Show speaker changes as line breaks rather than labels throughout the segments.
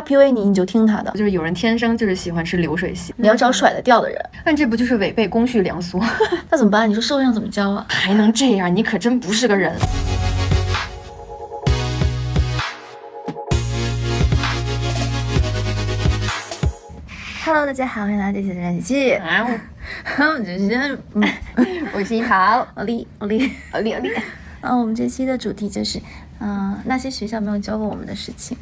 他 PUA 你，你就听他的。
就是有人天生就是喜欢吃流水席，
你要找甩得掉的人，
但这不就是违背公序良俗？
那怎么办？你说社会上怎么教啊？
还能这样？你可真不是个人。
Hello，大家好，欢迎来到这期的人气。
啊，
我们这期的，嗯，
我是樱桃，
奥利奥利，
奥利奥利。
嗯，我们这期的主题就是，嗯、那些学校没有教过我们的事情。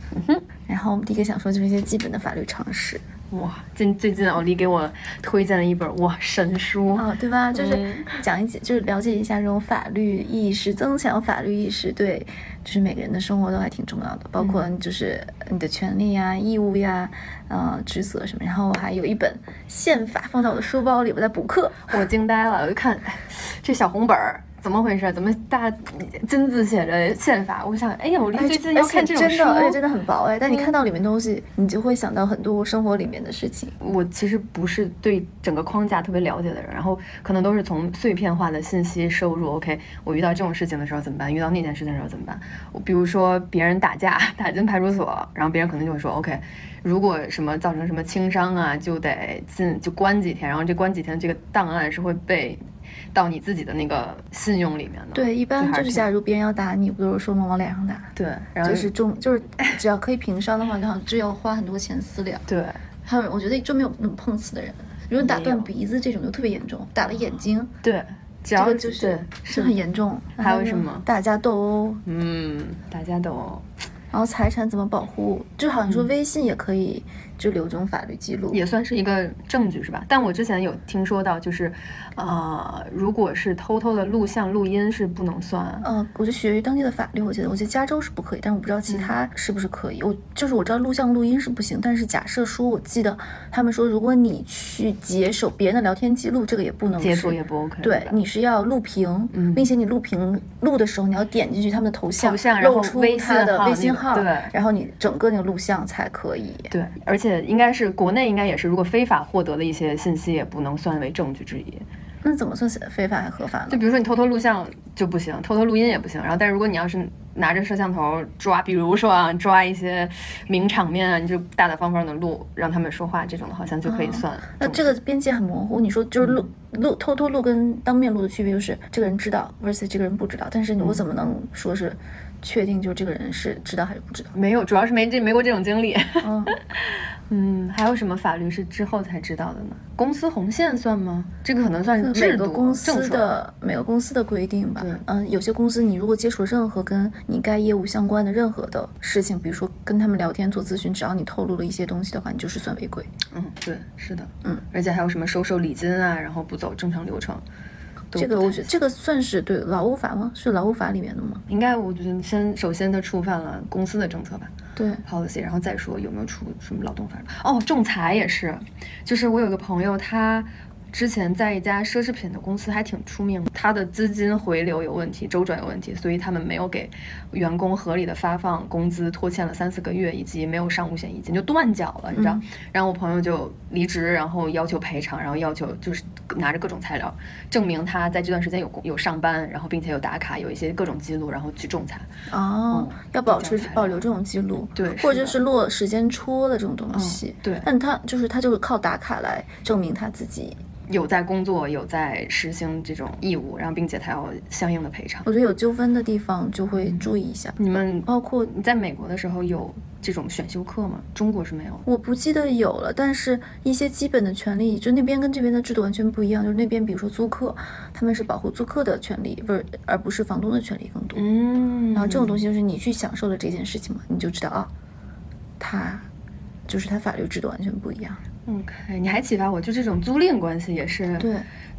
然后我们第一个想说就是一些基本的法律常识。
哇，近最近奥利给我推荐了一本哇神书，
哦，对吧？就是讲一解，就是了解一下这种法律意识，增强法律意识，对，就是每个人的生活都还挺重要的，包括
嗯
就是你的权利呀、义务呀、呃、职责什么。然后我还有一本宪法放在我的书包里，我在补课。
我惊呆了，我一看哎这小红本儿。怎么回事？怎么大金字写着宪法？我想，哎呀，我最近要看这种
真
书，
的，
嗯
而且真的很薄哎。但你看到里面东西，你就会想到很多生活里面的事情。
我其实不是对整个框架特别了解的人，然后可能都是从碎片化的信息收入。OK，我遇到这种事情的时候怎么办？遇到那件事情的时候怎么办？我比如说别人打架 打进派出所，然后别人可能就会说 OK，如果什么造成什么轻伤啊，就得进就关几天，然后这关几天这个档案是会被到你自己的那个信用里面的。
对，一般就是
还
是
挺
假如别人要打你，不都是说嘛往脸上打？
对，然后
就是中，就是只要可以平伤的话，就好像就要花很多钱私了。
对。
还有人，我觉得就没有那种碰瓷的人。如果打
没
断
有
鼻子这种就特别严重，打了眼睛，
对，只
这
要
个就是是很严重。
还有
那
什
种
么
打架斗殴，
嗯，大家都
然后财产怎么保护？就好像说微信也可以就留这种法律记录。
嗯也算是一个证据是吧？但我之前有听说到，就是，呃，如果是偷偷的录像录音是不能算。
呃，我就学当地的法律，我记得，我记得加州是不可以，但我不知道
嗯
其他是不是可以。我就是我知道录像录音是不行，但是假设说，我记得他们说，如果你去解手别人的聊天记录，这个也不能
截
嗯是
图也不 OK，
对
吧，
你是要录屏，
嗯
并且你录屏录的时候，你要点进去他们的头像，
头像然
露
后
出
微
他
信
的
号
微
那
信
个
号，
对
然后你整个那个录像才可以。
对，而且应该是国内应该也是，如果非法获得的一些信息也不能算为证据之一。
那怎么算是非法还合法
就
呢？
比如说你偷偷录像就不行，偷偷录音也不行。然后，但是如果你要是拿着摄像头抓，比如说啊抓一些名场面啊，你就大大方方的录，让他们说话这种的，好像就可以
哦
算证据。？
那这个边界很模糊，你说就是录录偷偷录跟当面录的区别就是这个人知道 versus 这个人不知道，但是我怎么能说是确定就这个人是知道还是不知道
没有，主要是没这没过这种经历。
嗯，
嗯，还有什么法律是之后才知道的呢？公司红线算吗？这个可能算
嗯每
嗯制
个
度
公
政
司
策。
的每个公司的规定吧
对。
嗯，有些公司你如果接触任何跟你该业务相关的任何的事情，比如说跟他们聊天做咨询，只要你透露了一些东西的话，你就是算违规。
嗯，对，是的，
嗯，
而且还有什么收受礼金啊，然后不走正常流程，都
这
不
个
太
我觉得这个算是对劳务法吗？是劳务法里面的吗？
应该，我觉得先首先它触犯了公司的政策吧。
对，
policy，然后再说有没有出什么劳动法律。哦，仲裁也是，就是我有个朋友，他之前在一家奢侈品的公司还挺出名，他的资金回流有问题，周转有问题，所以他们没有给员工合理的发放工资，拖欠了三四个月，以及没有上五险一金，就断缴了，你知道？
嗯
然后我朋友就离职，然后要求赔偿，然后要求就是拿着各种材料证明他在这段时间有工有上班，然后并且有打卡，有一些各种记录，然后去仲裁。
哦
嗯，
要保
这
持
样才
保
能
留这种记录，
对
或者
是
就
的嗯
是落时间戳的这种东西。
对
但他就是他就是靠打卡来证明他自己。
有在工作，有在实行这种义务，然后并且他要相应的赔偿。
我觉得有纠纷的地方就会
嗯
注意一下，
你们
包括
你在美国的时候有这种选修课吗？中国是没有的。
我不记得有了，但是一些基本的权利，就那边跟这边的制度完全不一样。就是那边比如说租客，他们是保护租客的权利，不是而不是房东的权利更多。
嗯，
然后这种东
西，
西就是你去享受了这件事情嘛，你就知道啊，他就是他法律制度完全不一样。
嗯 OK，你还启发我，就这种租赁关系也是，
对，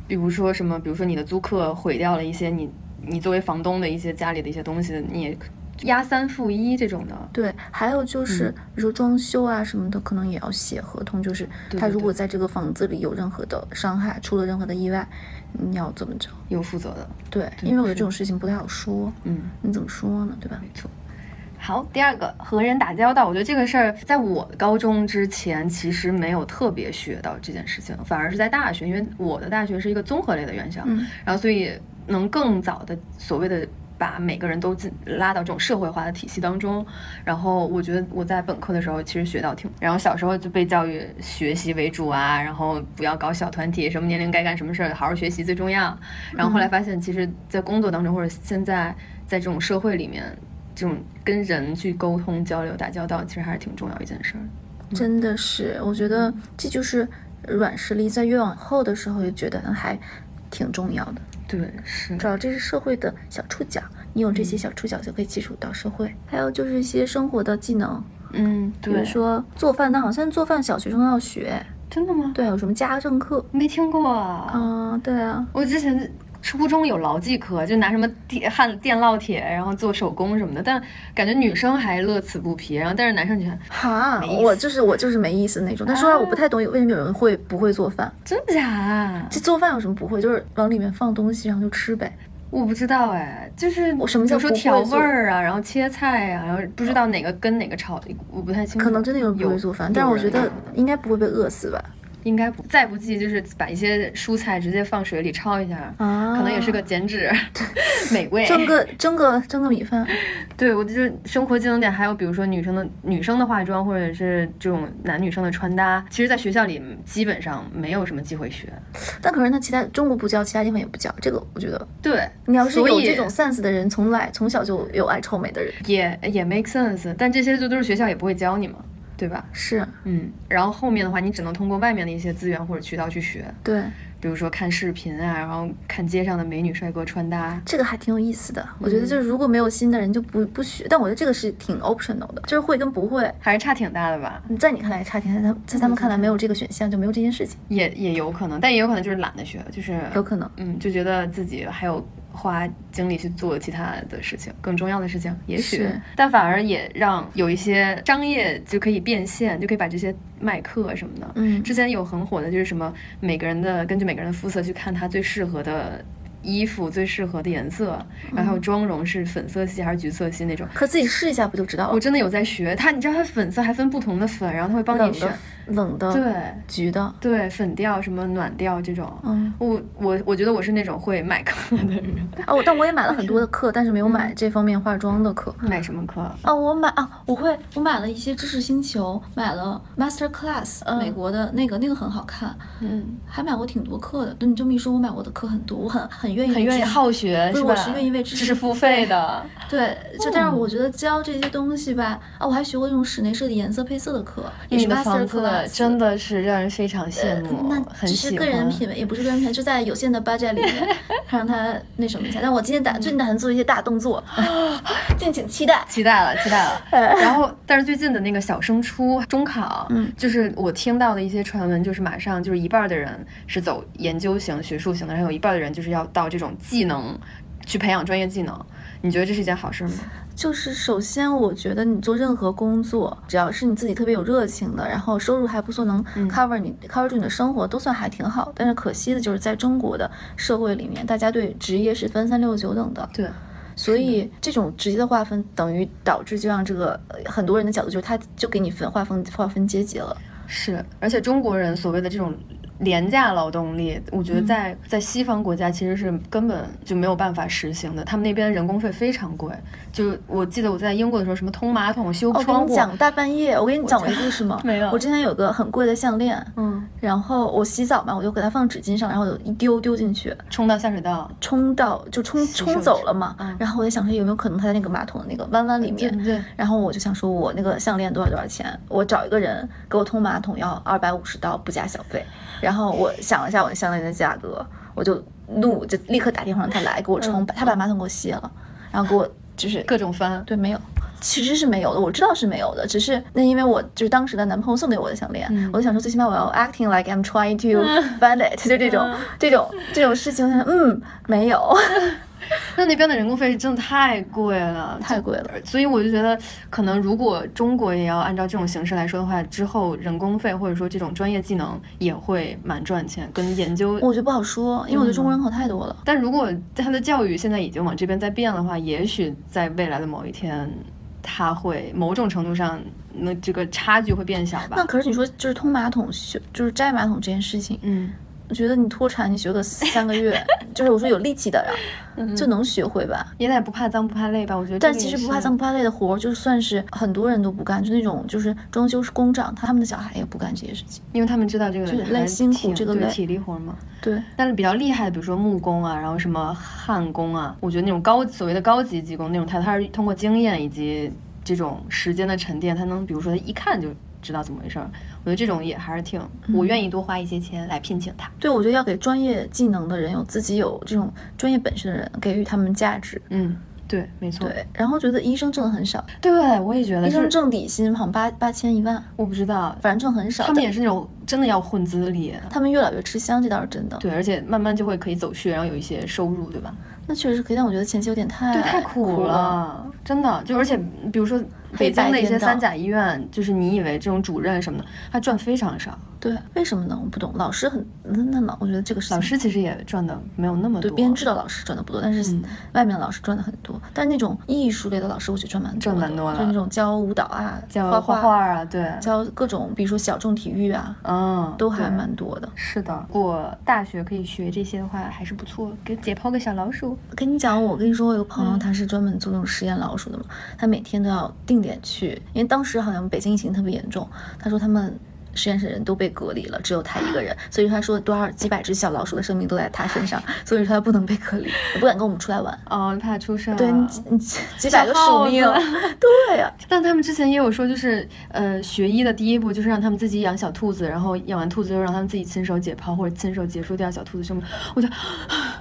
比如说什么，比如说你的租客毁掉了一些你你作为房东的一些家里的一些东西，你也押三付一这种的。
对，还有
嗯
就是，比如说装修啊什么的，可能也要写合同，就是
对
他
对
如
对
果在这个房子里有任何的伤害，出了任何的意外，你要怎么着？
有负责的，
对，
对
因为我觉得
是
这种事情不太好说，
嗯，
你怎么说呢？对吧？
没错。好，第二个和人打交道，我觉得这个事儿在我高中之前其实没有特别学到这件事情，反而是在大学，因为我的大学是一个综合类的院校，
嗯
然后所以能更早的所谓的把每个人都进拉到这种社会化的体系当中。然后我觉得我在本科的时候其实学到挺，然后小时候就被教育学习为主啊，然后不要搞小团体，什么年龄该干什么事儿，好好学习最重要。然后后来
嗯
发现，其实，在工作当中或者现在在这种社会里面，这种跟人去沟通、交流、打交道，其实还是挺重要一件事儿。
真的是，我觉得这就是软实力，在越往后的时候，就觉得嗯还挺重要的。
对，是
主要这是社会的小触角，你有这些小触角就可以接触到社会。还有就是一些生活的技能，
嗯，
比如
对，
说做饭，但好像做饭小学生要学，
真的吗？
对，啊有什么家政课。
没听过啊。
嗯，对啊，
我之前初中有劳技课，就拿什么铁焊电烙铁，然后做手工什么的，但感觉女生还乐此不疲，然后但是男生就觉得
哈，
没意思
我就是我就是没意思那种。但说实话，我不太懂有为什么有人会不会做饭。
真假啊？
这做饭有什么不会？就是往里面放东西，然后就吃呗。
我不知道哎，就是
我什么叫
比如说
不会
调
做
味儿啊，然后切菜啊，然后不知道哪个跟哪个炒，我不太清楚。
可能真的有人不会做饭，但是我觉得应该不会被饿死吧。
啊应该不再不济就是把一些蔬菜直接放水里焯一下。
啊，
可能也是个减脂 美味，
蒸个蒸个蒸个米饭。
对，我就是生活技能点，还有比如说女生的女生的化妆，或者是这种男女生的穿搭，其实，在学校里基本上没有什么机会学。
但可是那其他中国不教，其他地方也不教，这个我觉得，
对，
你要是
所
有
以
这种 sense 的人，从来从小就有爱臭美的人，
也也 make sense，但这些就都是学校也不会教你嘛，对吧？
是
嗯，然后后面的话，你只能通过外面的一些资源或者渠道去学，
对
比如说看视频啊，然后看街上的美女帅哥穿搭。
这个还挺有意思的。我觉得
嗯
就是如果没有心的人就不不学，但我觉得这个是挺 optional 的，就是会跟不会。嗯
还是差挺大的吧，
在你看来差点，在他们在他们看来没有这个选项就没有这件事情，
也也有可能，但也有可能就是懒得学，就是
有可能
嗯，就觉得自己还有花精力去做其他的事情，更重要的事情，也许
是，
但反而也让有一些商业就可以变现，就可以把这些卖课什么的。
嗯
之前有很火的就是什么，每个人的根据每个人的肤色去看他最适合的。衣服最适合的颜色，
嗯
然后还有妆容是粉色系还是橘色系那种。
可自己试一下不就知道
我
了？
真的有在学它，你知道它粉色还分不同的粉，然后它会帮你
冷
选
的，冷的，
对
橘的，
对，粉调什么暖调这种。
嗯
我我我觉得我是那种会买课的人。
啊，我但我也买了很多的课，但是没有
嗯
买这方面化妆的课。
买什么课？
啊，我买啊，我会，我买了一些知识星球，买了 Master Class，、
嗯
美国的那个，那个很好看，
嗯，
还买过挺多课的。对你这么一说，我买过的课很多，我很很愿意，
很愿意好学，
不是
吧？
我是愿意为知识
这是付费的。
对，
嗯
就但是我觉得教这些东西吧，啊，我还学过这种室内设计、颜色配色的课，也
你
是
的
Master
房子
Class，
真的是让人非常羡
呃
慕，
那
很
只
喜
是个
欢。
人品味，也不是个人品味，就在有限的 budget 里 面，让他那什么一下。但我今天打，最近打算做一些大动作，
嗯
敬请期待。
期待了，期 待了。然后，但是最近的那个小升初、中考，
嗯
就是我听到的一些传闻，就是马上就是一半的人是走研究型、学术型的，然后有一半的人就是要到这种技能去培养专业技能。你觉得这是一件好事吗？
就是首先，我觉得你做任何工作，只要是你自己特别有热情的，然后收入还不错，能
嗯
cover 你、cover 住你的生活，都算还挺好。但是可惜的就是，在中国的社会里面，大家对职业是分三六九等的，
对，
所以这种直接的划分，等于导致就让这个呃很多人的角度就是，他就给你分划分划分阶级了。
是，而且中国人所谓的这种廉价劳动力，我
嗯
觉得在、在西方国家其实是根本就没有办法实行的。他们那边人工费非常贵，就我记得我在英国的时候，什么通马桶、修
哦，我
窗
跟
户，？
你讲，大半夜，我跟你讲一个故事吗
没有
我之前有个很贵的项链，
嗯，
然后我洗澡嘛，我就给它放纸巾上，然后我就一丢丢进去，
冲到下水道，
冲到就冲
手
冲走了嘛。
嗯
然后我在想说有没有可能它在那个马桶的那个弯弯里面。
对，
然后我就想说，我那个项链多少多少钱？我找一个人给我通马桶要二百五十刀，不加小费。然后我想了一下我的项链的价格，我就怒，就立刻打电话让他来给我
嗯
冲，他把马桶给我卸了，然后给我就是
各种翻。
对，没有，其实是没有的，我知道是没有的，只是那因为我就是当时的男朋友送给我的项链，
嗯
我就想说最起码我要 acting like I'm trying to find it，、就这种、
嗯
这种这种事情，我想说嗯，没 有，
那那边的人工费是真的太贵了，
太
就。
贵了。
所以我就觉得，可能如果中国也要按照这种形式来说的话，之后人工费或者说这种专业技能也会蛮赚钱，跟研究
我觉得不好说，因为我觉得中国人口太多了。
但如果他的教育现在已经往这边在变的话，也许在未来的某一天，他会某种程度上，那这个差距会变小
那
吧。
可是你说，就是通马桶修，就是摘马桶这件事情，
嗯，
我觉得你脱产，你学个三个 月，就是我说有力气的人就能学会吧。
也得不怕脏不怕累吧？我觉嗯得这
但
个也
其
是，
实不怕脏不怕累的活儿，就算是很多人都不干，就那种就是装修是工长，他们的小孩也不干这些事情。
因为他们知道这个
就是
还
累辛苦
挺
这个
对
累
体力活嘛。
对，
但是比较厉害的，比如说木工啊，然后什么焊工啊，我觉得那种高所谓的高级技工那种，他他是通过经验以及这种时间的沉淀，他能比如说他一看就知道怎么回事儿。我觉得这种也还是挺，
嗯
我愿意多花一些钱来聘请他。
对我觉得要给专业技能的人，有自己有这种专业本事的人，给予他们价值。
嗯，对，没错，
对，然后觉得医生挣的很少，
对，我也觉得
医
就
生
嗯是
挣底薪好像八八千一万，
我不知道，
反正挣很少。
他
但
们也是那种真的要混资历，
他们越来越吃香，这倒是真的。
对，而且慢慢就会可以走穴，然后有一些收入，对吧？
那确实可以，但我觉得前期有点太
对，太
苦
苦了，真的。就而且比如说北京的一些三甲医院，就是你以为这种主任什么的，他赚非常少，
对，为什么呢？我不懂。老师很那那老，我觉得这个事
老
情
师其实也赚的没有那么
对
多，嗯
编制的老师赚的不多，但是外面的老师赚的很多。但是那种艺术类的老师，我觉得赚蛮多
赚
的，
蛮多
就
的
那种教舞蹈啊、
教
画
画啊，对，
教各种，比如说小众体育啊，
嗯，
都还
对
蛮多的。
是的。如果大学可以学这些的话，还是不错，给解剖个小老鼠。
跟你讲，我跟你说，我有朋
嗯
友他是专门做那种实验老鼠的嘛，他每天都要定点去，因为当时好像北京疫情特别严重，他说他们实验室人都被隔离了，只有他一个人，所以他说多少几百只小老鼠的生命都在他身上，所以说他不能被隔离，也不敢跟我们出来玩。
哦，怕出事儿。
对你几，你几几百个
小耗
鼠命啊
子，
对呀、
但他们之前也有说，就是呃，学医的第一步就是让他们自己养小兔子，然后养完兔子之后让他们自己亲手解剖或者亲手结束掉小兔子生命。我就
哎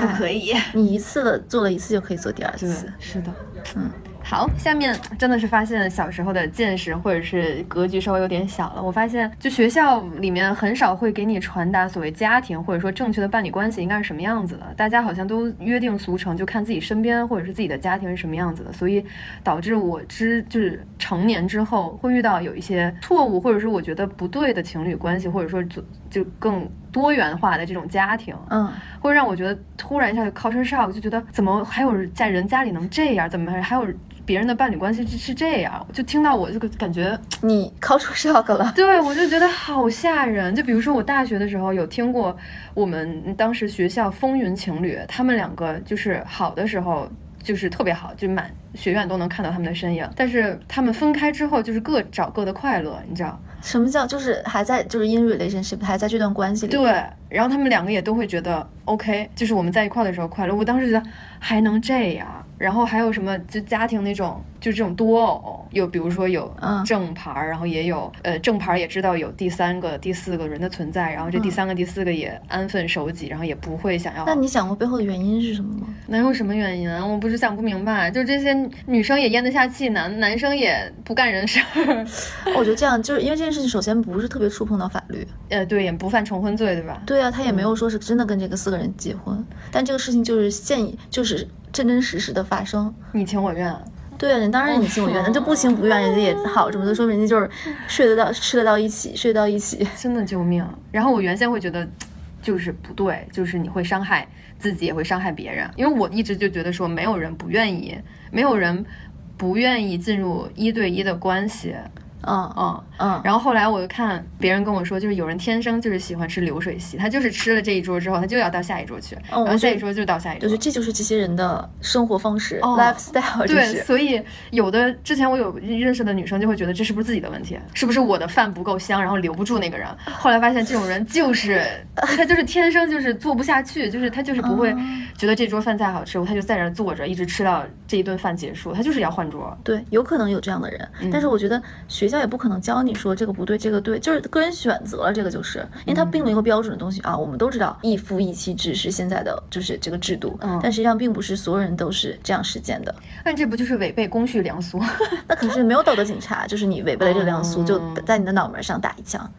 不可以，
你一次了做了一次就可以做第二
对
次，，
是的。
嗯，
好，下面真的是发现小时候的见识或者是格局稍微有点小了。我发现，就学校里面很少会给你传达所谓家庭或者说正确的伴侣关系应该是什么样子的，大家好像都约定俗成，就看自己身边或者是自己的家庭是什么样子的，所以导致我之就是成年之后会遇到有一些错误或者是我觉得不对的情侣关系，或者说就就更多元化的这种家庭，
嗯，
会让我觉得突然一下就 culture shock，就觉得怎么还有在人家里能这样，怎么还有别人的伴侣关系是是这样？就听到我这个感觉，
你 c u l t u r shock 了，
对我就觉得好吓人。就比如说我大学的时候有听过我们当时学校风云情侣，他们两个就是好的时候。就是特别好，就满学院都能看到他们的身影。但是他们分开之后，就是各找各的快乐，你知道？
什么叫就是还在就是 in relationship 还在这段关系里，
对，然后他们两个也都会觉得 OK，就是我们在一块儿的时候快乐。我当时觉得还能这样，然后还有什么就家庭那种，就这种多偶，有比如说有
嗯
正牌儿，然后也有呃正牌儿也知道有第三个、第四个人的存在，然后这第三个、第四个也安分守己，然后也不会想要。
嗯那你想过背后的原因是什么吗？
能有什么原因啊？我不是想不明白，就这些女生也咽得下气，男男生也不干人事儿，
哦我觉得这样就是因为这件事情，首先不是特别触碰到法律。
呃，对，也不犯重婚罪，对吧？
对啊，他也没
嗯
有说是真的跟这个四个人结婚，但这个事情就是现就是真真实实的发生。
你情我愿。
对啊，人当然你情我愿，那就不情不愿，人家也好，这么都说明人家就是睡得到吃得到一起，睡得到一起。
真的救命！然后我原先会觉得，就是不对，就是你会伤害自己，也会伤害别人。因为我一直就觉得说，没有人不愿意，没有人不愿意进入一对一的关系，
嗯
嗯。
嗯，
然后后来我又看别人跟我说，就是有人天生就是喜欢吃流水席，他就是吃了这一桌之后，他就要到下一桌去，
哦
然后
我
下一
觉
桌就到下一
我
桌
觉得。这就是这些人的生活方式、
哦
lifestyle，就
对，
是
所以有的之前我有认识的女生就会觉得这是不是自己的问题，是不是我的饭不够香，然后留不住那个人。后来发现这种人就是他就是天生就是做不下去，就是他就是不会觉得这桌饭菜好吃，他就在这儿坐着一直吃到这一顿饭结束，他就是要换桌。
对，有可能有这样的人，但
嗯
是我觉得学校也不可能教你说这个不对，这个对，就是个人选择了，这个就是，因为它并没有
嗯
一个标准的东西啊。我们都知道一夫一妻制是现在的就是这个制度，
嗯
但实际上并不是所有人都是这样实践的。
但这不就是违背公序良俗？
那可是没有道德警察，就是你违背了这个良俗，就
哦
在你的脑门上打一枪。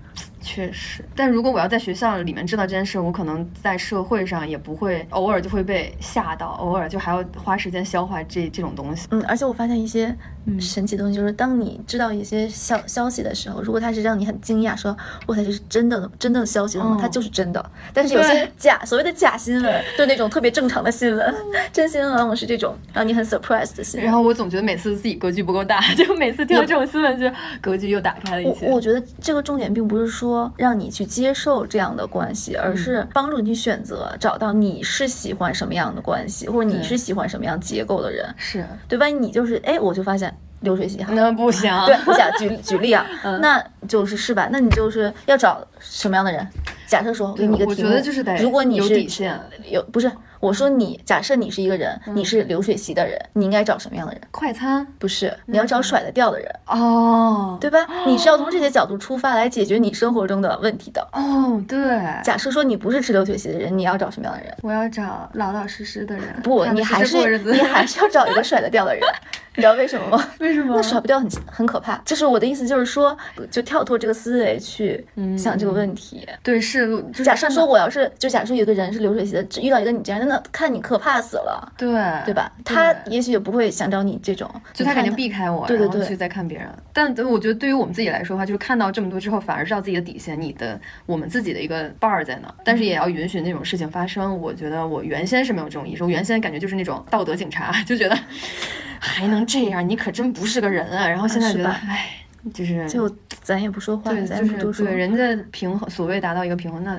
确实，但如果我要在学校里面知道这件事，我可能在社会上也不会偶尔就会被吓到，偶尔就还要花时间消化这这种东西。
嗯，而且我发现一些
嗯
神奇的东西，就是当你知道一些消消息的时候，如果它是让你很惊讶，说哇，它是真的真的消息的话，它
哦
就是真的。但是有
对
些假所谓的假新闻，就是那种特别正常的新闻，真新闻往往是这种让你很 surprise 的新
然
闻。
后我总觉得每 次自己格局不够大，就每次听到这种新闻就格局又打开了一
我
些。
我觉得这个重点并不是是说让你去接受这样的关系，而是帮助你去选择，找到你是喜欢什么样的关系，或者你
对
是喜欢什么样结构的人，
是，
对吧？万一你就是哎，我就发现流水席好。
那不行，
对，我想举 举例啊，
嗯
那就是是吧？那你就是要找什么样的人？假设说，我给你一个
我
题
觉得
目
就是得
如果你
有
是
底线嗯
有不是，我说你假设你是一个人，你是流水席的人，你应该找什么样的人？
快餐
不是，你要找
嗯
甩得掉的人，
哦，
对吧？你是要从这些角度出发来解决你生活中的问题的。
哦对，
假设说你不是吃流水席的人，你要找什么样的人？
我要找老老实实的人，
不，
踏踏
你还
实实过
是
日子
你还是要找一个甩得掉的人，你知道为什么吗？
为什么
那？甩不掉很很可怕。就是我的意思，就是说，就跳脱这个思维去想这个问题。
对，是嗯就是
假设
看
说
到
我要是就假设有个人是流水席的，只遇到一个你这样的，那看你可怕死了，
对
对？吧？他也许也不会想找你这种，
就
你
他肯
看
定避开我，
对对
然后
对
去再看别人。但我觉得对于我们自己来说的话，就是看到这么多之后，反而知道自己的底线，你的我们自己的一个 bar 在哪。但是
嗯
也要允许那种事情发生。我觉得我原先是没有这种意识，我原先感觉就是那种道德警察，就觉得还能这样，你可真不是个人啊。然后现在觉
是
得，
吧
哎，就是
就咱也不说话，
对，
咱
就
也不多
是
说。
对人家平衡，所谓达到一个平衡，那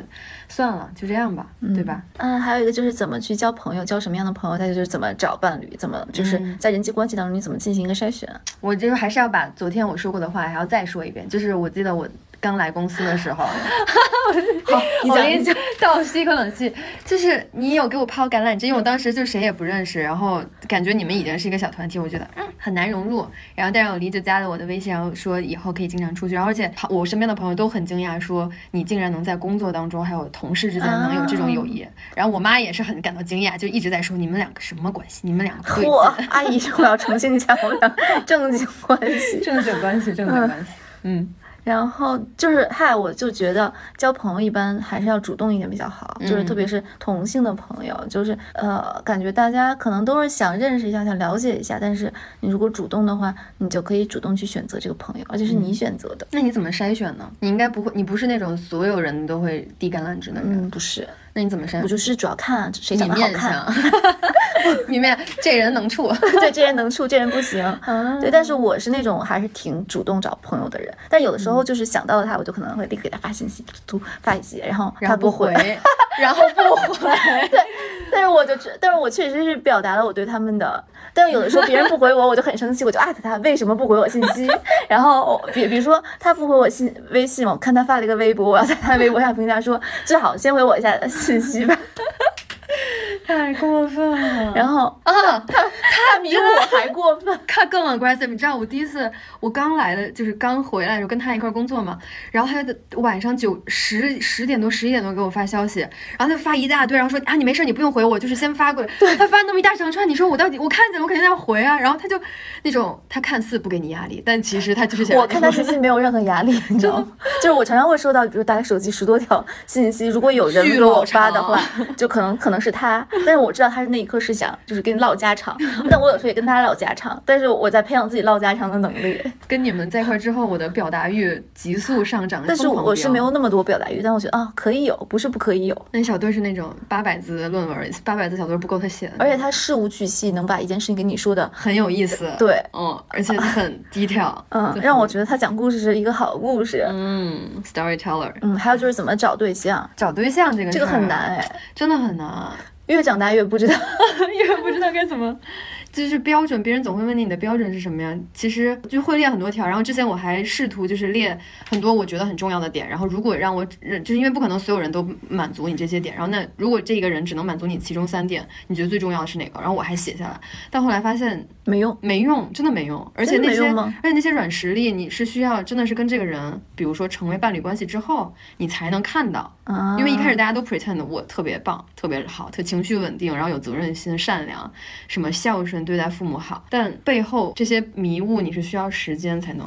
算了，就这样吧，对吧？
嗯，还有一个就是怎么去交朋友，交什么样的朋友，再就是怎么找伴侣，怎么
嗯
就是在人际关系当中你怎么进行一个筛选。
我就是还是要把昨天我说过的话还要再说一遍，就是我记得我刚来公司的时 候，好，
你
我
讲
给
你
你 倒吸一口冷气，就是你有给我泡橄榄枝，因为我当时就谁也不认识，然后感觉你们已经是一个小团体，我觉得嗯很难融入，然后但是我离就加了我的微信，然后说以后可以经常出去，然后而且好我身边的朋友都很惊讶，说你竟然能在工作当中还有同事之间能有这种友谊，然后我妈也是很感到惊讶，就一直在说你们两个什么关系，你们两个对
嚯，阿姨，我要澄清一下，我们俩 正经关系。
正经关系，正经关系，嗯。
然后就是嗨，我就觉得交朋友一般还是要主动一点比较好，就是特
嗯
别是同性的朋友，就是呃，感觉大家可能都是想认识一下，想了解一下，但是你如果主动的话，你就可以主动去选择这个朋友，而且是
嗯
你选择的。
那你怎么筛选呢？你应该不会，你不是那种所有人都会递橄榄枝的人。
嗯，不是，
那你怎么筛
我？就是主要看谁
你
长得好
面
看，
相， 你面这人能处。
对，这人能处，这人不 行。
啊
对，但是我是那种还是挺主动找朋友的人，但有的时候
嗯
就是想到了他，我就可能会立刻给他发信息，突发一些，然后
然
他
后不
不
回
回。，
然后不 回，
但是我就知，但是我确实是表达了我对他们的，但是有的时候别人不回我，我就很生气，我就艾特他为什么不回我信息， 然后我比比如说他不回我信微信嘛，我看他发了一个微博，我要在他的微博上评价说最好先回我一下信息吧，
太过分了。
然后
啊，
他他比我还过分，
他更 aggressive，你知道我第一次我刚来的就是刚回来的时候跟他一块儿工作嘛，然后他就晚上九十十点多十一点多给我发消息，然后他就发一大堆，然后说啊你没事你不用回我，就是先发过来。他发那么一大长串，你说我到底我看见了我肯定要回啊，然后他就那种他看似不给你压力，但其实他就是想
我看他信息没有任何压力，你知道 吗？就是我常常会收到，比如打开手机十多条信息，如果有人
巨
给我
老长
发的话，就可能可能是他，但是我知道他是那一刻是想就是跟你唠家常，但我有时候也跟他唠家常，但是我在培养自己唠家常的能力，
跟你们在一块儿之后，我的表达欲急速上涨。
但是
疯狂
我是
飙
没有。那么多表达欲，但我觉得啊可以有，不是不可以有，
那小队是那种八百字论文，八百字小队不够他写的，
而且他事无巨细，能把一件事情给你说的，
很有意思。，
对，
嗯，而且很 detail，
嗯，让我觉得他讲故事是一个好故事，
嗯，storyteller。
嗯，还有就是怎么找对象，
找对象这个
这个
事儿啊
很难，哎，
真的很难，
越长大越不知道。
因为不知道该怎么， 就是标准，别人总会问你你的标准是什么呀？其实就会列很多条，然后之前我还试图就是列很多我觉得很重要的点，然后如果让我就是因为不可能所有人都满足你这些点，然后那如果这个人只能满足你其中三点，你觉得最重要的是哪个？然后我还写下来，但后来发现
没用，
没用，真的没用。而且
真的
那
没
些，
用吗
而且那些软实力，你是需要真的是跟这个人，比如说成为伴侣关系之后，你才能看到。
啊
因为一开始大家都 pretend 我特别棒、特别好、特情绪稳定，然后有责任心、善良，什么孝顺对待父母好，但背后这些迷雾，你是需要时间才能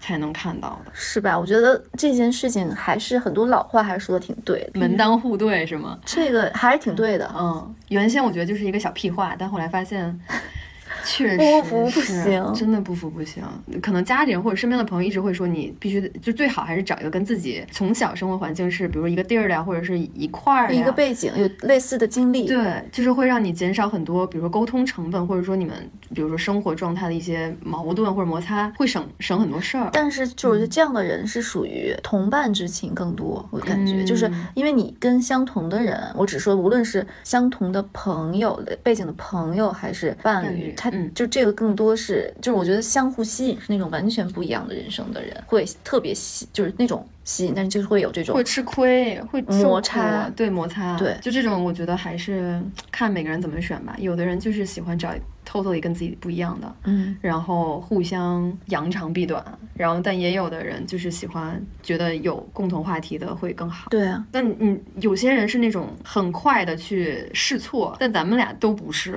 才能看到的。
是吧？我觉得这件事情还是很多老话还是说的挺对的，
门当户对是吗？
这个还是挺对的。
嗯，原先我觉得就是一个小屁话，但后来发现确
不
实
服不
是
行
真的不服不行。可能家里人或者身边的朋友一直会说，你必须得就最好还是找一个跟自己从小生活环境是，比如一个地儿的呀，或者是一块儿的
一
呀
个背景有类似的经历，
对，就是会让你减少很多，比如说沟通成本，或者说你们比如说生活状态的一些矛盾或者摩擦，会省省很多事儿。
但是就我觉
嗯
得这样的人是属于同伴之情更多，我感觉、就是
嗯
因为你跟相同的人，我只说无论是相同的朋友的背景的朋友还是伴
伴
侣
侣，
他
嗯
就这个更多是就是我觉得相互吸引是那种完全不一样的人生的人会特别吸，就是那种吸引，但是就是会有这种
会吃亏，会受
摩
苦
擦
对摩擦，
对
就这种，我觉得还是看每个人怎么选吧。有的人就是喜欢找 totally 跟自己不一样的，
嗯
然后互相扬长避短，然后但也有的人就是喜欢觉得有共同话题的会更好。
对啊，
但你有些人是那种很快的去试错，但咱们俩都不是，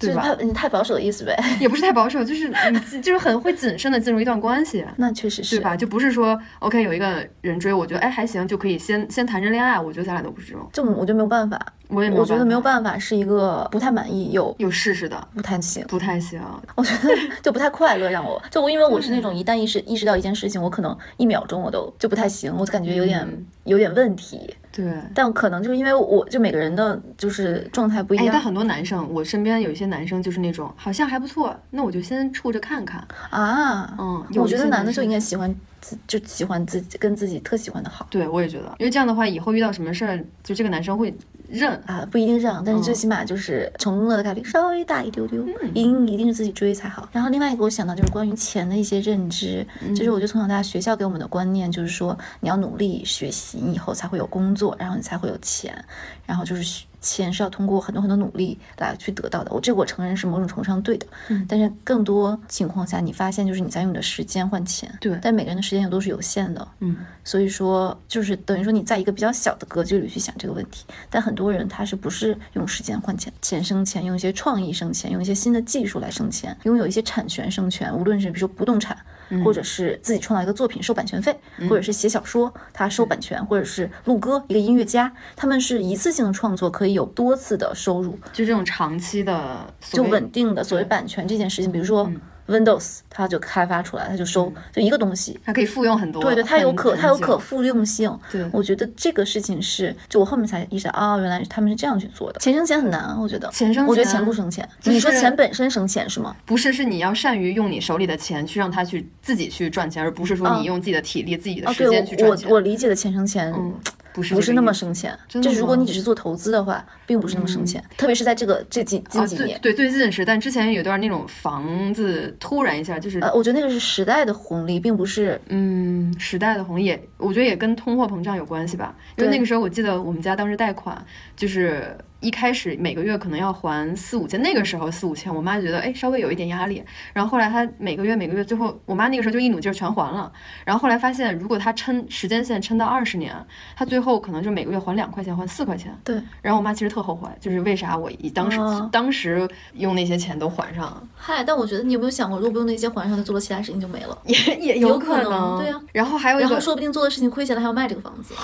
就
对
是
吧
太？你太保守的意思呗，
也不是太保守，就是你自就是很会谨慎的进入一段关系。
那确实是
对吧？就不是说 OK 有一个人追我，觉得哎还行，就可以先先谈着恋爱。我觉得咱俩都不是这种，
这我觉得没有办法，
我也没有
我觉得没有
办法
办法是一个不太满意又
有试试的，
不太行。
不太行。
我觉得就不太快乐，让我就我因为我是那种一旦意识意识到一件事情，我可能一秒钟我都就不太行，我感觉有点、
嗯
有点问题。
对，
但可能就是因为我就每个人的就是状态不一
哎，但
样、
很多男生，我身边有一些男生就是那种好像还不错，那我就先处着看 看。
啊。
嗯，有
我
一
觉得
些
男的就
生
应该喜欢自就喜欢自己跟自己特喜欢的好
对我也觉得，因为这样的话，以后遇到什么事儿，就这个男生会认。
啊，不一定让，但是最
嗯
起码就是成功了的概率稍微大一丢丢，
嗯
一定一定是自己追才好。然后另外一个我想到就是关于钱的一些认知，
嗯
就是我觉得从小到大学校给我们的观念就是说你要努力学习，你以后才会有工作，然后你才会有钱，然后就是学钱是要通过很多很多努力来去得到的。我这个我承认是某种程度上对的，
嗯
但是更多情况下你发现就是你在用你的时间换钱，
对
但每个人的时间也都是有限的，
嗯，
所以说，就是等于说你在一个比较小的格局里去想这个问题，但很多人他是不是用时间换钱，钱生钱，用一些创意生钱，用一些新的技术来生钱，拥有一些产权生权，无论是比如说不动产，
嗯
或者是自己创造一个作品收版权费，或者是写小说他收版权，或者是录歌一个音乐家，他们是一次性的创作可以有多次的收入，
就这种长期的所
就
谓
稳定的所谓
对嗯
版权这件事情，比如说 Windows，它就开发出来，它就收就一个东西，
它可以复用很多。
对对，它有
很
可
很
它有
久
可复用性。
对
我觉得这个事情是，就我后面才意识到，哦，原来他们是这样去做的。钱生钱很难，啊我觉得。
钱生
我觉得
钱啊
钱不生钱。
就
你说
是
钱本身生钱是吗？
不是，是你要善于用你手里的钱去让他去自己去赚钱，而不是说
啊
你用自己的体力、自己的
啊，
时
对
间去，
我
赚
我
钱。
我理解的钱生钱。
嗯，不是
不
这
是
个
那么
意思
生钱，
真的
就是如果
吗
你只是做投资的话，并不是那么生钱，特别是在这个这几近
啊，
几
对
年，
对，最近是，但之前有段那种房子突然一下就是，
呃，我觉得那个是时代的红利，并不是
嗯，时代的红也，我觉得也跟通货膨胀有关系吧。因为
对
那个时候我记得我们家当时贷款，就是一开始每个月可能要还四五千，那个时候四五千，我妈觉得哎稍微有一点压力。然后后来她每个月每个月最后，我妈那个时候就一努劲儿全还了。然后后来发现，如果她撑时间线撑到二十年，她最后可能就每个月还两块钱，还四块钱。
对，
然后我妈其实特后悔，就是为啥我一当时、
哦
当时用那些钱都还上了。
嗨，但我觉得你有没有想过，如果不用那些还上，他做了其他事情就没了，
也也
有
可
可能对啊
然后还有一
然后
个，
说不定做的事情亏钱了，还要卖这个房子。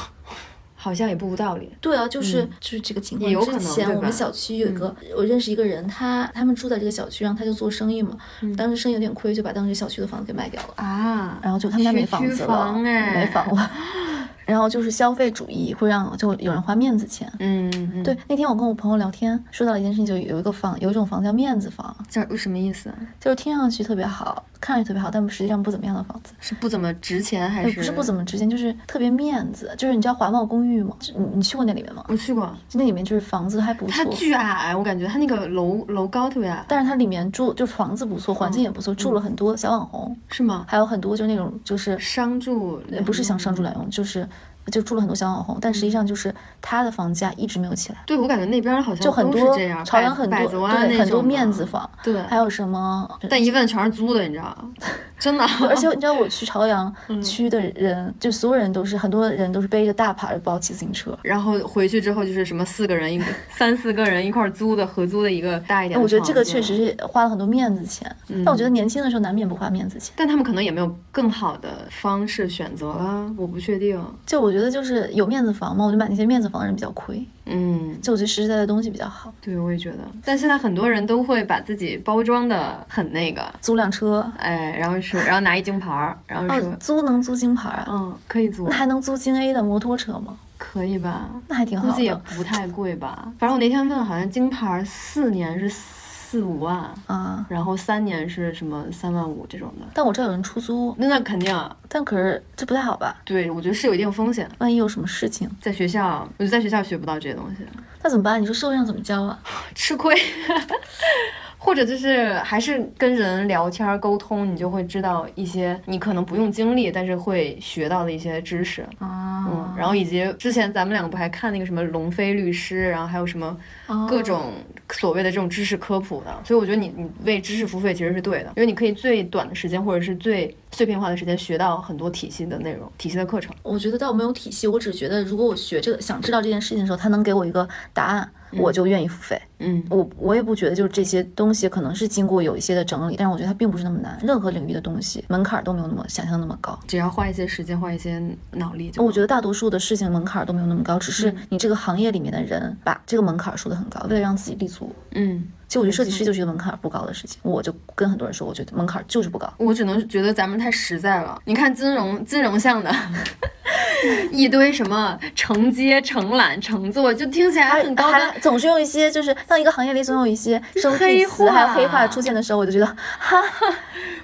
好像也不无道理。
对啊，就是、就是这个情况。
嗯也有可
之
能
前
对
我
吧嗯
们小区有一个，我认识一个人，他他们住在这个小区，然后他就做生意嘛，
嗯
当时生意有点亏，就把当时小区的房子给卖掉了，
啊，
然后就他们家没
学
房
区
子了，
房哎
没房了。然后就是消费主义会让就有人花面子钱。
嗯，嗯
对，，那天我跟我朋友聊天，说到一件事情，就有一个房，有一种房叫面子房，
这什么意思啊？
就是听上去特别好，看上去特别好，但实际上不怎么样的房子。
是不怎么值钱还
也
是？
哎不是不怎么值钱，就是特别面子。就是你知道华茂公寓吗？就你你去过那里面吗？
我去过，
就那里面就是房子还不错，
它巨矮，我感觉它那个楼楼高特别矮，
但是它里面住就房子不
嗯
错，环境也不错，住了很多小网红，
是吗？
还有很多就那种就是
商住
呃不是想上
嗯
住两用，就是就住了很多小网红，但实际上就是他的房价一直没有起来，
对，我感觉那边好像
就很
哦都
多
是这样，
朝阳
百
很
百
多
子湾
对
那
很多
种的
面子房，
对，
还有什么？
但一问全是租的，你知道吗？ 真的，
而且你知道我去朝阳
嗯
区的人，就所有人都是很多人都是背着大牌儿包骑自行车。
然后回去之后就是什么四个人一三四个人一块儿租的合租的一个大一点的
哎我觉得这个
房子
确实是花了很多面子钱，
嗯
但我觉得年轻的时候难免不花面子钱。
但他们可能也没有更好的方式选择啦，我不确定。
就我觉得就是有面子房嘛，我就买那些面子房的人比较亏。
嗯，
就我觉得实实在在的东西比较好。
对，我也觉得。但现在很多人都会把自己包装的很那个，
租辆车，啊
哎，然后说，然后拿一金牌儿，然后说，
哦，租能租金牌啊？
嗯，可以租
那，还能租京 A 的摩托车吗？
可以吧？
那还挺
估
好
计也
的
不太贵吧。反正我那天问，好像金牌儿四年是四五万，
啊。
然后三年是什么三万五这种的。
但我这儿有人出租，
那那肯定啊，
但可是这不太好吧？
对我觉得是有一定风险。
万一有什么事情，
在学校，我就在学校学不到这些东西，
那怎么办？你说社会上怎么教啊？
吃亏。 或者就是还是跟人聊天儿沟通，你就会知道一些你可能不用经历，但是会学到的一些知识。嗯
啊，，
然后以及之前咱们两个不还看那个什么龙飞律师，然后还有什么
哦
各种所谓的这种知识科普的，所以我觉得你你为知识付费其实是对的，因为你可以最短的时间或者是最碎片化的时间学到很多体系的内容、体系的课程。
我觉得倒没有体系，我只是觉得如果我学这个想知道这件事情的时候，他能给我一个答案，我就愿意付费。
嗯
我我也不觉得就是这些东西可能是经过有一些的整理，但是我觉得它并不是那么难，任何领域的东西门槛儿都没有那么想象那么高。
只要花一些时间，花一些脑力就。
我觉得大多数的事情门槛儿都没有那么高，只
嗯
是你这个行业里面的人把这个门槛儿说得很高，为了让自己立足。
嗯，
其实我觉得设计师就是一个门槛儿不高的事情，我就跟很多人说，我觉得门槛儿就是不高。
我只能觉得咱们太实在了。你看金融金融项的，一堆什么承接、承揽、承做，就听起来很高端
还，总是用一些，就是当一个行业里总有一些生
黑
僻词还有
话
黑话出现的时候，我就觉得，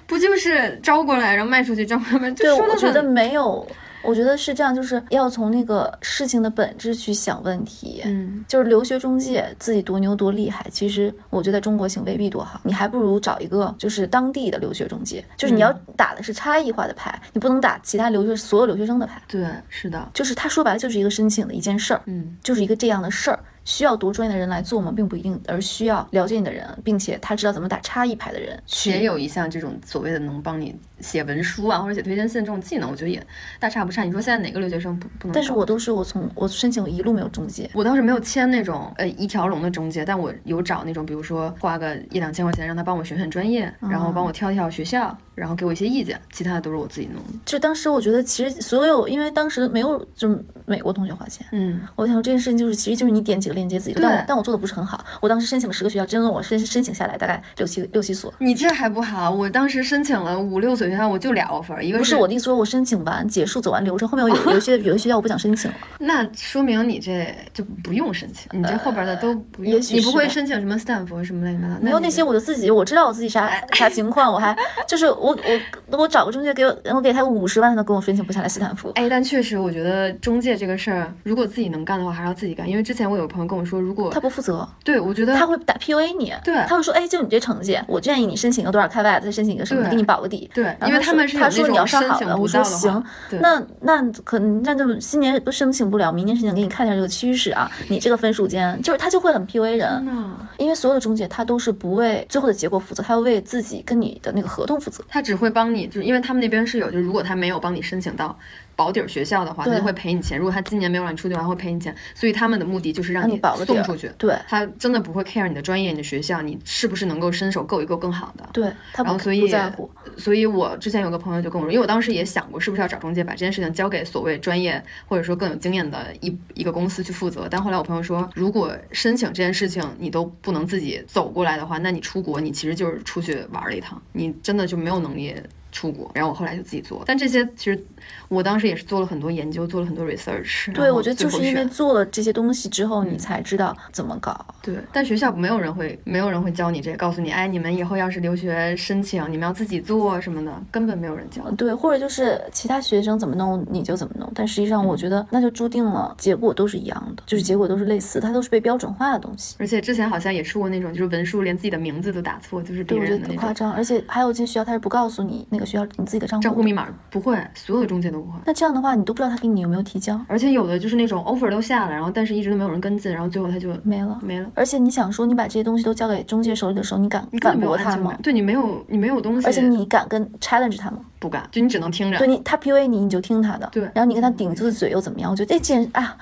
不就是招过来然后卖出去，招过来卖出去，
对，
就说
我
得
觉
很
得没有，我觉得是这样，就是要从那个事情的本质去想问题。
嗯，
就是留学中介自己多牛多厉害，其实我觉得在中国行未必多好，你还不如找一个就是当地的留学中介，就是你要
嗯
打的是差异化的牌，你不能打其他留学所有留学生的牌，
对，是的，
就是他说白了就是一个申请的一件事儿，
嗯
就是一个这样的事儿，需要多专业的人来做吗？并不一定，而需要了解你的人，并且他知道怎么打差异牌的人
也
去。
有一项这种所谓的能帮你写文书啊，或者写推荐信这种技能，我觉得也大差不差。你说现在哪个留学生不不能搞？
但是我都是我从我申请我一路没有中介，
我倒是没有签那种呃一条龙的中介，但我有找那种，比如说花个一两千块钱让他帮我选选专业，然后帮
哦
我挑一挑学校，然后给我一些意见，其他的都是我自己弄的。
就当时我觉得其实所有，因为当时没有就是美国同学花钱，
嗯，
我想说这件事情就是，其实就是你点几个链接自己做，但
对
我但我做的不是很好。我当时申请了十个学校，真的我申申请下来大概六七六七所。
你这还不好，我当时申请了五六所学校，我就俩 offer，一个
不是我的意思说，我申请完结束走完流程，后面有有一些有的学校我不想申 请了。
那说明你这就不用申请，你这后边的都不用，
呃也许
你不
是
会
吧
申请什么斯坦福什么乱七八糟，
没有
你
那些，我就自己我知道我自己
哎
啥啥情况，我还就是我我我找个中介给我，我给他五十万，他都跟我申请不下来斯坦福。
哎，但确实，我觉得中介这个事儿，如果自己能干的话，还是要自己干。因为之前我有个朋友跟我说，如果
他不负责，
对我觉得
他会打 PUA 你，
对
他会说，哎，就你这成绩，我建议你申请个多少开外，再申请一个什么，
对
给你保个底。
对，因为
然后
他们是有
他
那
说你要
种
上
申
好
请
了，
不
我说
到的
行
话，，对
那那可能那就今年不申请不了，明年申请，给你看一下这个趋势啊。你这个分数间，就是他就会很 PUA 人，
那
因为所有的中介他都是不为最后的结果负责，他要为自己跟你的那个合同负责。
他只会帮你，就是因为他们那边是有，就是如果他没有帮你申请到保底儿学校的话，他
对
就会赔你钱；如果他今年没有让你出去的话，会赔你钱。所以他们的目的就是让
让你保个底
送
儿
出去。
对
他真的不会 care 你的专业、你的学校，你是不是能够伸手够一够更好的。
对，他
然
不
后所以
不在乎。
所以我之前有个朋友就跟我说，因为我当时也想过是不是要找中介把这件事情交给所谓专业或者说更有经验的一一个公司去负责，但后来我朋友说，如果申请这件事情你都不能自己走过来的话，那你出国你其实就是出去玩了一趟，你真的就没有能力。出国，然后我后来就自己做，但这些其实我当时也是做了很多研究，做了很多 research 然后最后选。嗯
对，我觉得就是因为做了这些东西之后，你才知道怎么搞。
对，但学校没有人会，没有人会教你这个，告诉你，哎，你们以后要是留学申请，你们要自己做什么的，根本没有人教。
对，或者就是其他学生怎么弄你就怎么弄，但实际上
嗯
我觉得那就注定了结果都是一样的，就是结果都是类似，它都是被标准化的东西。
而且之前好像也出过那种，就是文书连自己的名字都打错，就是
对，
别
我觉
人
得
的
很
那
夸
种
张，而且还有一些学校他是不告诉你那个学校你自己的账户
账户
的
密码不会，所有的中介都不会。
那这样的话，你都不知道他给你有没有提交，
而且有的就是那种 offer 都下了，然后但是一直都没有人跟进，然后最后他就
没了。
没了，
而且你想说，你把这些东西都交给中介手里的时候，你敢
你根
反
本没有
驳
安
他
全
吗
感。？对你没有你没有东西，
而且你敢跟 challenge 他吗？
不敢，就你只能听着。
对你，他 PUA 你，你就听他的。
对
然后你跟他顶就是嘴又怎么样？我觉得哎，竟然 啊，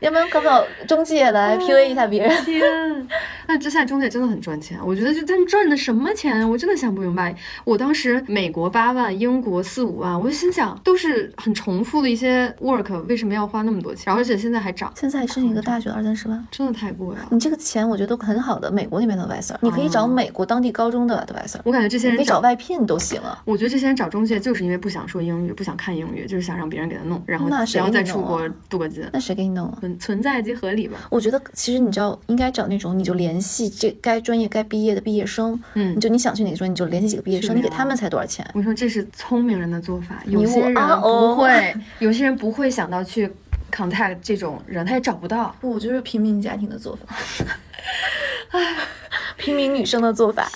要不然搞不好中介
哎
来 PUA 一下别人？
天，啊那这现在中介真的很赚钱，我觉得就他们赚的什么钱，啊我真的想不明白。我当时美国八万，英国四五万，我就心想都是很重复的一些 work，为什么要花那么多钱？而且现在还涨，
现在申请一个大学的二三十万，
真的太贵了。
你这个钱我觉得很好的，美国那边的 advisor，你可以
哦
找美国当地高中的 advisor，
我感觉这些
你可以
人
找
找，
外聘都行啊。
我觉得这些人找中介就是因为不想说英语，不想看英语，就是想让别人给他弄，然后
那谁
然后再
给你
出
弄
国
啊
镀个金，
那谁给你弄啊？
存存在即合理吧。
我觉得其实你知道，应该找那种你就联系这该专业该毕业的毕业生，
嗯
你就你想去哪个专业，你就联系几个毕业
是
生，你给
的
他们才多少钱？
我说这是聪明人的做法，有
你
些
我
人
啊
不
哦
会，有些人不会想到去 contact 这种人，他也找 不到。
不，就是平民家庭的做 法，平民女生的做 法。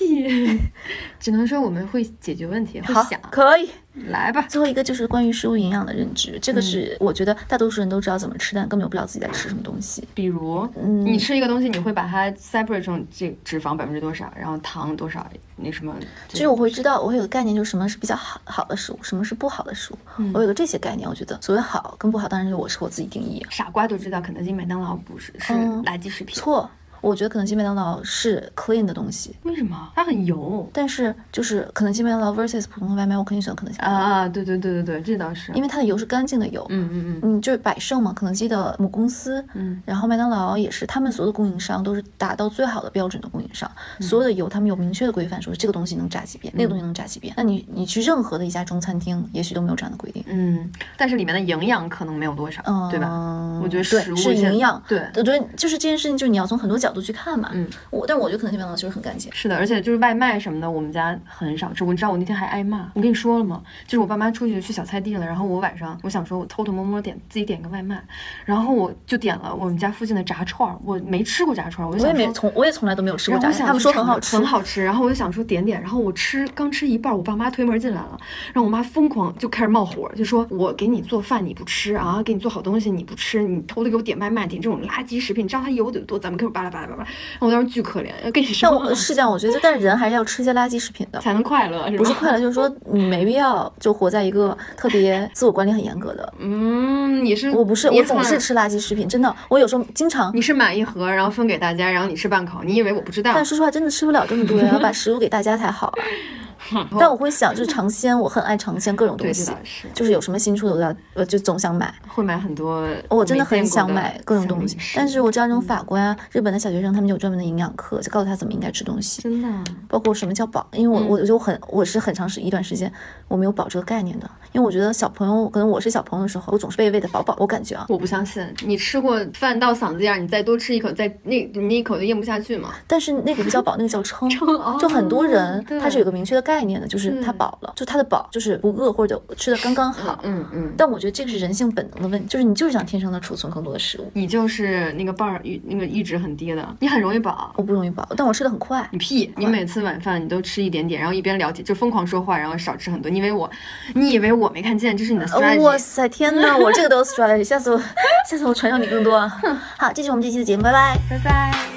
只能说我们会解决问题，会
好
想，
可以。
来吧。
最后一个就是关于食物营养的认知，这个是我觉得大多数人都知道怎么吃，但根本就不知道自己在吃什么东西。
比如，
嗯
你吃一个东西，你会把它 separate 成这脂肪百分之多少，然后糖多少，那什么这种，
其实我会知道，我会有个概念，就是什么是比较好好的食物，什么是不好的食物。我有个这些概念，我觉得所谓好跟不好，当然是我是我自己定义。
傻瓜都知道肯德基、麦当劳不是是
嗯
垃圾食品，
错，我觉得肯德基、麦当劳是 clean 的东西，
为什么？它很油
但是就是肯德基、麦当劳 versus 普通的外卖，我肯定选肯德基，
啊啊！对对对对对，这倒是，
因为它的油是干净的油。
嗯嗯嗯
嗯，就是百胜嘛，肯德基的母公司，
嗯，
然后麦当劳也是，他们所有的供应商都是达到最好的标准的供应商，
嗯
所有的油他们有明确的规范，说这个东西能炸几遍，那个东西能炸几遍。那你你去任何的一家中餐厅，也许都没有这样的规定，
嗯，但是里面的营养可能没有多少，
嗯，
对吧？我觉得
对
食物
是
现
营养，
对
我觉得就是这件事情，就是你要从很多角度去看嘛。
嗯，
我但是我觉得肯德基麦当劳就是很干净，
是的，而且就是外卖什么的，我们家很少吃。我知道我那天还挨骂，我跟你说了吗？就是我爸妈出去去小菜地了，然后我晚上我想说我偷偷摸摸点自己点个外卖，然后我就点了我们家附近的炸串儿，我没吃过炸串儿，我就
我也
想
没
说。
从我也从来都没有吃过
然
炸鸡，
后我想
他们
去
说
尝
很好
尝
吃
很。好吃。然后我就想说点点，然后我吃刚吃一半，我爸妈推门进来了，然后我妈疯狂就开始冒火，就说我给你做饭你不吃啊，给你做好东西你不吃，你偷偷给我点外卖，点这种垃圾食品，你知道它油得有多？咱们开始巴拉巴拉巴拉。然后我当时巨可怜，跟你
但
说
我是这样，我觉得但是人还是要吃一些垃圾食品的。
才能快乐，是吧？
不是快乐，就是说你没必要就活在一个特别自我管理很严格的。
嗯，你是
我不是，
你
我总是
很
吃垃圾食品，真的，我有时候经常。
你是买一盒，然后分给大家，然后你吃半口，你以为我不知道？
但说实话，真的吃不了这么多 呀，要把食物给大家才好啊。但我会想，就是尝鲜，我很爱尝鲜各种
对，
东
这
西
倒，是
就是有什么新出的，我要我就总想买。哦
会买很多没见过，
我真的很想买各种东西
小零，食
但是我知道
嗯
那种法国呀、日本的小学生，他们有专门的营养课，就告诉他怎么应该吃东西，
真的啊
包括什么叫饱。因为
嗯
我我就很我是很长时一段时间我没有饱这个概念的，因为我觉得小朋友可能我是小朋友的时候，我总是被喂的饱饱，我感觉啊，
我不相信，你吃过饭到嗓子眼儿，你再多吃一口，再那你那一口就咽不下去嘛。
但是那个不叫饱，那个叫撑。
哦
就很多人
对
他是有个明确的概念的，就是他
对
饱了，就他的饱就是不饿或者吃的刚刚好。
嗯嗯，
但我觉得这个是人性本能的问题，就是你就是想天生的储存更多的食物。
你就是那个 bar 阈那个阈值很低的，你很容易饱。
我不容易饱，但我吃的很快。
你屁！你每次晚饭你都吃一点点，然后一边聊天就疯狂说话，然后少吃很多。你以为我，你以为我没看见？这是你的 strategy。
呃哇塞，天哪！ 我这个都 strategy，下次我下次我传授你更多啊。好，这是我们这期的节目，拜拜。
拜拜。